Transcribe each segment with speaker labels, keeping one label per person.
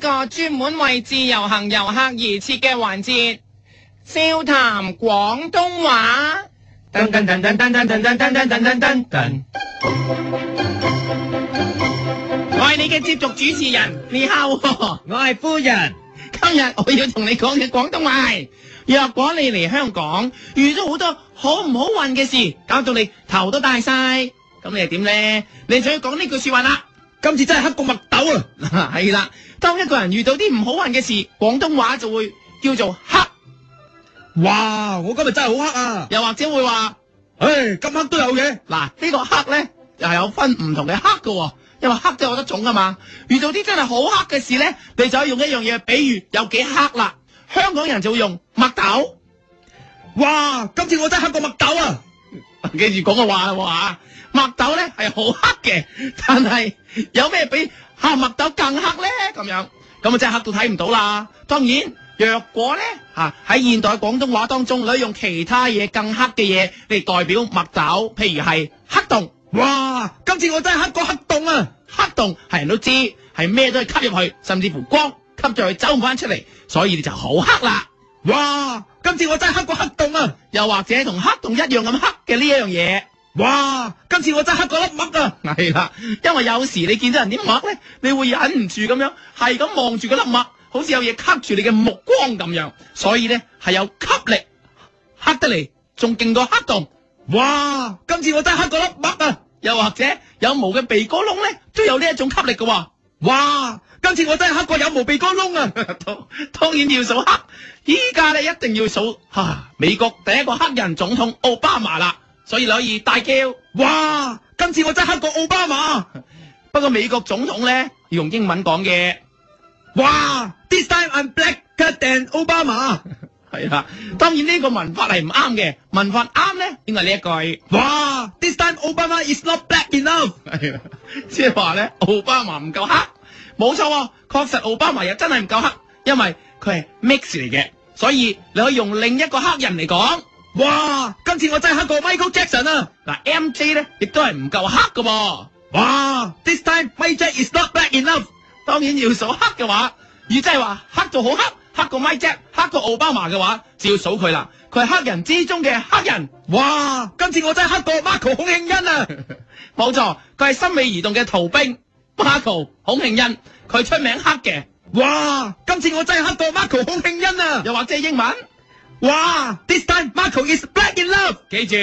Speaker 1: 個專門為自由行遊客而設嘅環節，笑談廣東話。
Speaker 2: 噔噔噔噔噔噔噔噔噔噔噔噔噔。
Speaker 1: 我係你嘅節目主持人，你好 喎。
Speaker 2: 我係夫人，
Speaker 1: 今日我要同你講嘅廣東話係：若果你嚟香港遇咗好多好唔好運嘅事，搞到你頭都大晒，咁你又點呢？你就要講呢句說話啦。
Speaker 2: 今次真係黑過墨豆啦。
Speaker 1: 係啦，當一個人遇到啲唔好運嘅事，廣東話就會叫做黑，
Speaker 2: 哇！我今日真係好黑啊！
Speaker 1: 又或者會話
Speaker 2: 唉，咁黑都有嘅。
Speaker 1: 嗱呢個黑咧又係有分唔同嘅黑噶、喎，因為黑都有好多種噶嘛。遇到啲真係好黑嘅事咧，你就可以用一樣嘢，比喻有幾黑啦。香港人就會用墨豆，
Speaker 2: 哇！今次我真係黑過墨豆啊！
Speaker 1: 記住講嘅話啦喎嚇墨豆咧係好黑嘅，但係有咩比黑墨豆更黑咧？咁樣咁啊真係黑到睇唔到啦。當然，若果咧嚇喺現代廣東話當中，你可以用其他嘢更黑嘅嘢嚟代表墨豆，譬如係黑洞。
Speaker 2: 哇！今次我真係黑過黑洞啊！
Speaker 1: 黑洞係人都知，係咩都係吸入去，甚至乎光吸咗去走唔翻出嚟，所以你就好黑啦。
Speaker 2: 哇！今次我真係黑過黑洞啊！
Speaker 1: 又或者同黑洞一樣咁黑嘅呢一樣嘢，
Speaker 2: 哇！今次我真係黑過粒墨啊！
Speaker 1: 係啦，因為有時你見到人啲墨咧，你會忍唔住咁樣係咁望住嗰粒墨，好似有嘢吸住你嘅目光咁樣，所以咧係有吸力，黑得嚟仲勁過黑洞。
Speaker 2: 哇！今次我真係黑過粒墨啊！
Speaker 1: 又或者有毛嘅鼻哥窿咧，都有呢一種吸力嘅喎、
Speaker 2: 哇！今次我真係黑過有毛鼻哥窿啊！
Speaker 1: 當當然要數黑，依家咧一定要數吓、啊美國第一個黑人總統奧巴馬啦，所以你可以大叫。
Speaker 2: 哇！今次我真係黑過奧巴馬。
Speaker 1: 不過美國總統咧要用英文講嘅，
Speaker 2: 哇！This time I'm blacker than Obama。à.
Speaker 1: 係啦。當然呢個文法係唔啱嘅，文法啱咧應該係呢一句。
Speaker 2: 哇！This time Obama is not black enough。
Speaker 1: 係啦，即係話咧奧巴馬唔夠黑，冇錯、喎，確實奧巴馬又真係唔夠黑，因為佢係 mix 嚟嘅，所以你可以用另一個黑人嚟講。
Speaker 2: 哇！今次我真係黑過 Michael Jackson 啊！
Speaker 1: 嗱，MJ 咧亦都係唔夠黑嘅喎、
Speaker 2: 哇！This time Michael Jackson is not black enough。
Speaker 1: 當然要數黑嘅話，如真係話黑到好黑，黑過 Mike Jack，黑過奧巴馬嘅話，就要數佢啦。佢係黑人之中嘅黑人，
Speaker 2: 哇！今次我真係黑過 Marco 孔慶恩啊！
Speaker 1: 冇錯，佢係心理移動嘅逃兵 Marco 孔慶恩，佢出名黑嘅，
Speaker 2: 哇！今次我真係黑過 Marco 孔慶恩啊！
Speaker 1: 又或者英文，
Speaker 2: 哇！This time Marco is black enough。
Speaker 1: 記住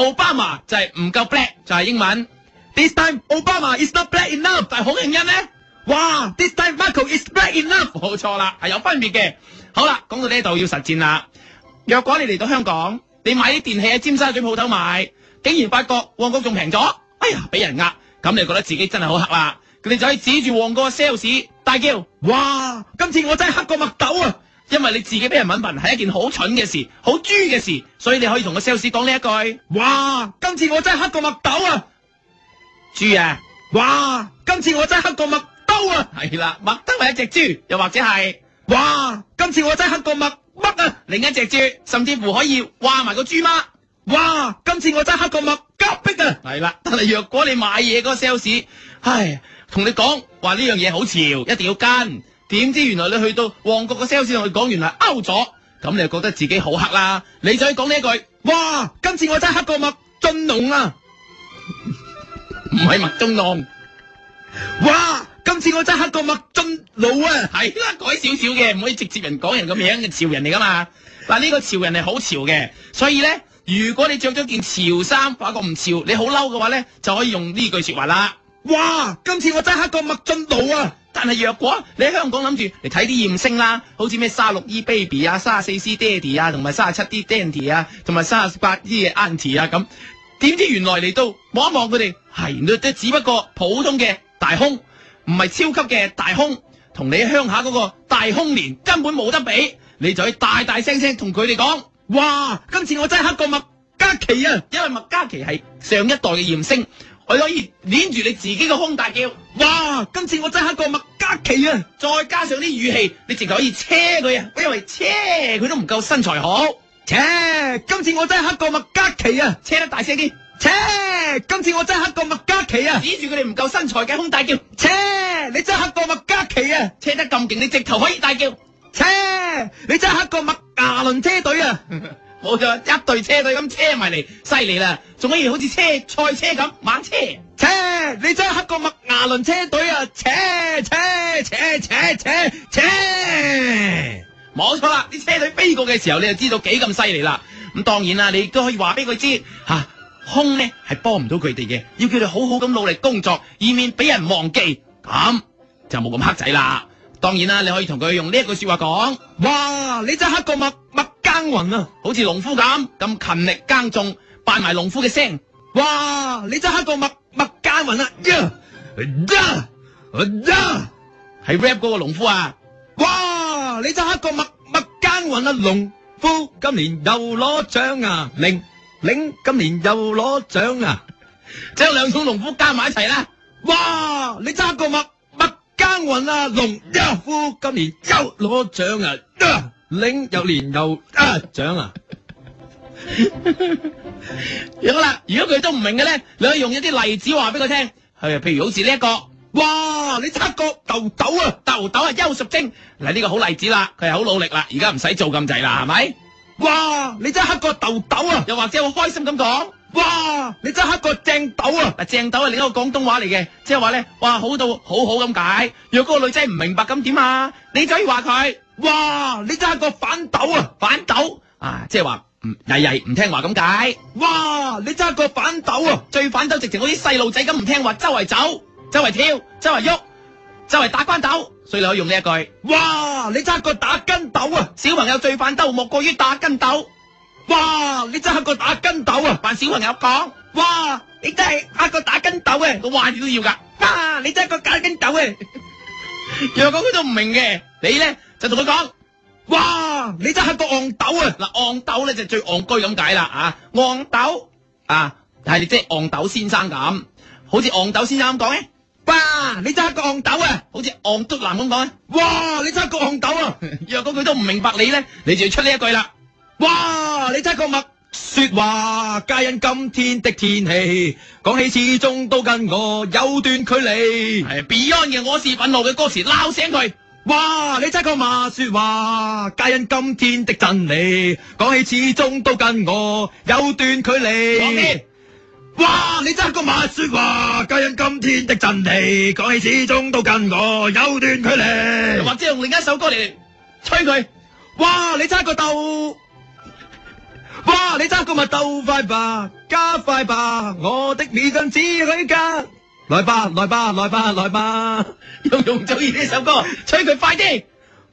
Speaker 1: 奧巴馬就係唔夠 black 就係英文，
Speaker 2: This time Obama is not black enough。
Speaker 1: 但係孔慶恩呢？
Speaker 2: 哇！This time Marco is black enough。
Speaker 1: 冇錯啦，係有分別嘅。好啦，講到呢度要實戰啦。若果你嚟到香港，你買啲電器喺尖沙咀鋪頭買，竟然發覺旺角仲平咗，哎呀，俾人呃，咁你就覺得自己真係好黑啦。你就可以指住旺角嘅 sales 大叫，
Speaker 2: 哇！今次我真係黑過墨豆啊！
Speaker 1: 因為你自己俾人揾笨係一件好蠢嘅事，好豬嘅事，所以你可以同個 sales 講呢一句：
Speaker 2: 哇！今次我真係黑過墨豆啊！
Speaker 1: 豬啊，
Speaker 2: 哇！今次我真係黑過墨兜啊！
Speaker 1: 係啦，麥得係一隻豬，又或者係
Speaker 2: 哇！今次我真係黑過墨乜啊！
Speaker 1: 另一隻豬，甚至乎可以話埋個豬媽。
Speaker 2: 哇！今次我真係黑過墨夾壁啊！
Speaker 1: 係啦，但係若果你買嘢嗰個 sales，唉，同你講話呢樣嘢好潮，一定要跟。點知原來你去到旺角個 sales 同佢講，原來勾咗，咁你就覺得自己好黑啦。你就可以講呢一句，
Speaker 2: 哇！今次我真係黑過墨進龍啊！
Speaker 1: 唔係麥中浪，
Speaker 2: 哇！今次我真係黑過墨進老 啊！
Speaker 1: 係啦，改少少嘅，唔可以直接人講人個名嘅潮人嚟噶嘛。嗱，呢個潮人係好潮嘅，所以咧，如果你着咗件潮衫，發覺唔潮，你好嬲嘅話咧，就可以用呢句説話啦。
Speaker 2: 哇！今次我真係黑過墨進老啊！
Speaker 1: 但係若果你喺香港諗住嚟睇啲艷星啦，好似咩三六 E Baby 啊、三四 C Daddy 啊、同埋三十七 D Dandy 啊、同埋三十八 E 嘅 Auntie 啊咁，點知原來嚟到望一望佢哋係都只不過普通嘅大胸，唔係超級嘅大胸，同你喺鄉下嗰個大胸年根本冇得比，你就要大大聲聲同佢哋講，
Speaker 2: 哇！今次我真係黑過墨嘉琪啊！
Speaker 1: 因為麥嘉琪係上一代嘅艷星，佢可以捏住你自己個胸大叫。
Speaker 2: 哇！今次我真係黑過麥嘉琪啊！
Speaker 1: 再加上啲語氣，你直頭可以車佢啊！因為車佢都唔夠身材好，
Speaker 2: 切！今次我真係黑過麥嘉琪啊！
Speaker 1: 車得大聲啲，
Speaker 2: 切！切，今次我真係黑過麥嘉琪啊！
Speaker 1: 指住佢哋唔夠身材嘅胸大叫，
Speaker 2: 切，你真係黑過麥嘉琪啊！
Speaker 1: 車得咁勁，你直頭可以大叫，
Speaker 2: 切，你真係黑過麥牙倫車隊啊！
Speaker 1: 冇錯，一隊車隊咁車埋嚟，犀利啦！仲可以好似車賽車咁猛車，
Speaker 2: 切，你真係黑過麥牙倫車隊啊！切切切切切切！
Speaker 1: 冇錯啦！啲車隊飛過嘅時候，你就知道幾咁犀利啦。咁當然啦，你亦都可以話俾佢知吓，空呢係幫唔到佢哋嘅，要叫佢好好咁努力工作，以免俾人忘記，咁就冇咁黑仔啦。當然啦，你可以同佢用呢一句说話講。
Speaker 2: 哇，你真係黑過麥麥耕耘啊！
Speaker 1: 好似農夫咁咁勤力耕種，扮埋農夫嘅聲。
Speaker 2: 哇，你真係黑過麥麥耕耘啊！呀呀呀！
Speaker 1: 係 rap 嗰個農夫啊！
Speaker 2: 哇！你真係一個默默耕耘啊，農夫今年又攞獎啊，玲玲今年又攞獎啊！
Speaker 1: 將兩種農夫加埋一齊啦，
Speaker 2: 哇！你真係一個默默耕耘啊，農夫今年又攞獎啊，啊玲又年又啊獎啊！
Speaker 1: 如果啦，如果佢都唔明嘅咧，你可以用一啲例子話俾佢聽。係譬如好似呢一個
Speaker 2: 哇！你真係一個豆豆啊！
Speaker 1: 豆豆啊，邱淑貞嗱呢個好例子啦，佢係好努力啦，而家唔使做咁滯啦，係咪？
Speaker 2: 哇！你真係一個豆豆啊！
Speaker 1: 又或者好開心咁講
Speaker 2: 哇！你真係一個正豆啊！
Speaker 1: 嗱，正豆係另一個廣東話嚟嘅，即係話咧，哇好到好好咁解。若果個女仔唔明白咁點啊，你就可以話佢
Speaker 2: 哇！你真係一個反豆啊！
Speaker 1: 反斗啊，即係話唔曳曳唔聽話咁解。
Speaker 2: 哇！你真係一個反豆啊！
Speaker 1: 最反斗直情好似細路仔咁唔聽話，周圍走，周圍跳，周圍喐，周圍打關斗，所以你可以用呢一句。
Speaker 2: 哇！你真係一個打筋斗啊！
Speaker 1: 小朋友最反斗莫過於打筋斗，
Speaker 2: 哇！你真係一個打筋斗啊！
Speaker 1: 扮小朋友講，
Speaker 2: 哇！你真係一個打筋斗啊！
Speaker 1: 我話你都要噶。
Speaker 2: 哇！你真係一個打筋斗啊！
Speaker 1: 若果佢都唔明嘅，你咧就同佢講
Speaker 2: 哇！你真係一個戇斗啊！
Speaker 1: 嗱，戇豆咧就最戇居咁解啦啊，戇豆啊，係即係戇豆先生咁，好似戇豆先生咁講咧，
Speaker 2: 哇！你真係一個戇斗啊！
Speaker 1: 好似戇嘟男咁講 咧。
Speaker 2: 哇！你真係一個戇斗啊！
Speaker 1: 若果佢都唔明白你咧，你就要出呢一句啦。
Speaker 2: 哇！你真係一個默說話，皆因今天的天氣，講起始終都跟我有段距離。
Speaker 1: 係 Beyond 嘅《我是憤怒》嘅歌詞，鬧醒佢。
Speaker 2: 哇！你真係個馬說話，皆因今天的真理，講起始終都跟我有段距
Speaker 1: 講
Speaker 2: 離
Speaker 1: 先。
Speaker 2: 哇！你真係個馬說話，皆因今天的真理，講起始終都跟我有段距
Speaker 1: 又
Speaker 2: 離。
Speaker 1: 或者用另一首歌嚟吹佢，
Speaker 2: 哇！你真係個豆，哇！你真係個麥豆快吧，加快吧，我的秒針只許加。來吧，來吧，來吧，來吧。
Speaker 1: 用容祖兒呢首歌吹佢快啲。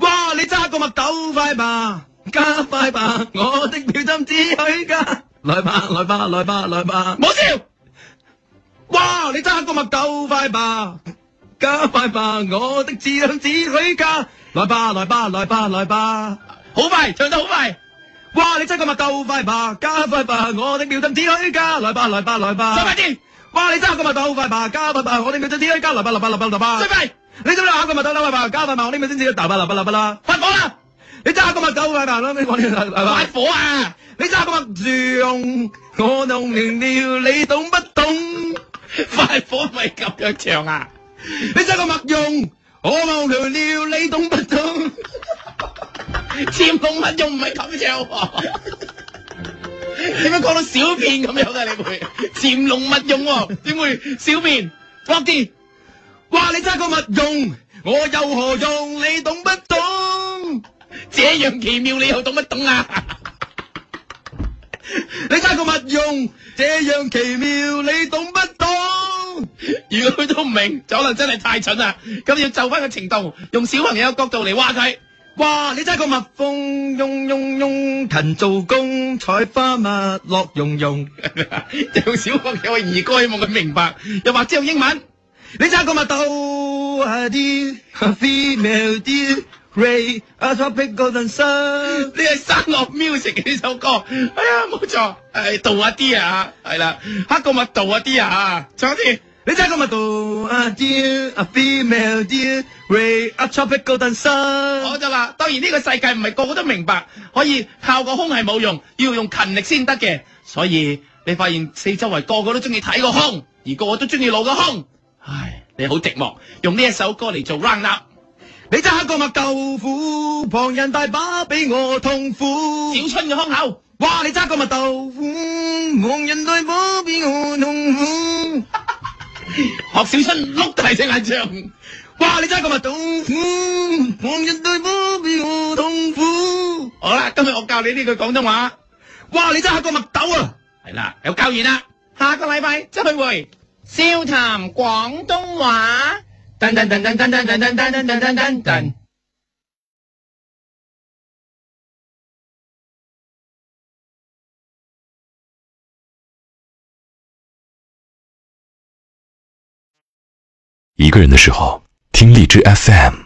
Speaker 2: 哇！你揸個麥豆快吧，加快吧，我的秒針只許加。來吧，來吧，來吧，來吧！
Speaker 1: 冇笑，
Speaker 2: 哇！你揸個麥豆快吧，加快吧，我的指針只許加。來吧，來吧，來吧，來吧！
Speaker 1: 好快，唱得好快，
Speaker 2: 哇！你揸個麥豆快吧，加快吧，我的秒針只許加。來吧，來吧，來
Speaker 1: 再
Speaker 2: 吧
Speaker 1: 快！啲，
Speaker 2: 哇！你揸個麥豆快吧，加快吧，我的秒針只許加。來吧，來吧，來吧，來吧
Speaker 1: 再！快，
Speaker 2: 你知唔知下個麥豆快吧，加快吧，我的秒針只許加。來吧，來吧，來吧啦！
Speaker 1: 發火啦，
Speaker 2: 你揸個麥豆快吧，我的秒針只許加。
Speaker 1: 發火啊！
Speaker 2: 你揸個麥住用，我弄完了，你懂不懂？
Speaker 1: 發火咪咁樣唱啊！
Speaker 2: 你揸個麥用，我弄完了，你懂不懂？
Speaker 1: 佔龍乜用唔係咁唱喎？點解講到小便咁樣啊嘅？你會 佔龍乜用喎？點會小便？搏啲，
Speaker 2: 哇！你揸個麥用，我有何用？你懂不懂？
Speaker 1: 這樣奇妙你又懂不懂啊？
Speaker 2: 你揸個麥用，這樣奇妙，你懂不懂？
Speaker 1: 如果佢都唔明，就可能真係太蠢啦。咁要就翻個程度，用小朋友嘅角度嚟話佢。
Speaker 2: 哇！你揸個蜜蜂，嗡嗡嗡，勤做工，採花蜜，樂融融。
Speaker 1: 用小朋友嘅兒歌希望佢明白，又或者用英文。
Speaker 2: 你揸個麥豆啊啲，female 啲，ray 啊 a tropic golden sun。
Speaker 1: 呢係山落 music 嘅呢首歌，哎呀冇錯，係道一啲啊，係啦，黑個麥道一啲啊，唱先。
Speaker 2: 你真係咁啊度啊 dear 啊 female dear ray 啊 tropic
Speaker 1: 好
Speaker 2: golden sun。
Speaker 1: 咗啦，當然呢個世界唔係個個都明白，可以靠個空係冇用，要用勤力先得嘅，所以你發現四周圍個個都中意睇個胸，而個個都中意露個胸。唉，你好寂寞，用呢一首歌嚟做 round up，
Speaker 2: 你揸個麥豆腐，旁人大把比我痛苦。
Speaker 1: 小春嘅胸口。
Speaker 2: 哇！你揸個麥豆腐，旁人大把比我痛苦。
Speaker 1: 學小春碌大隻眼睛，
Speaker 2: 哇！你揸個麥豆腐，旁人大把比我痛苦。
Speaker 1: 好啦，今日我教你呢句廣東話，
Speaker 2: 哇！你揸個麥豆啊！
Speaker 1: 係啦，有教完啦，下個禮拜再會，笑談廣東話。噔噔噔噔噔噔噔噔噔噔噔噔噔。
Speaker 3: 一个人的时候，听荔枝 FM。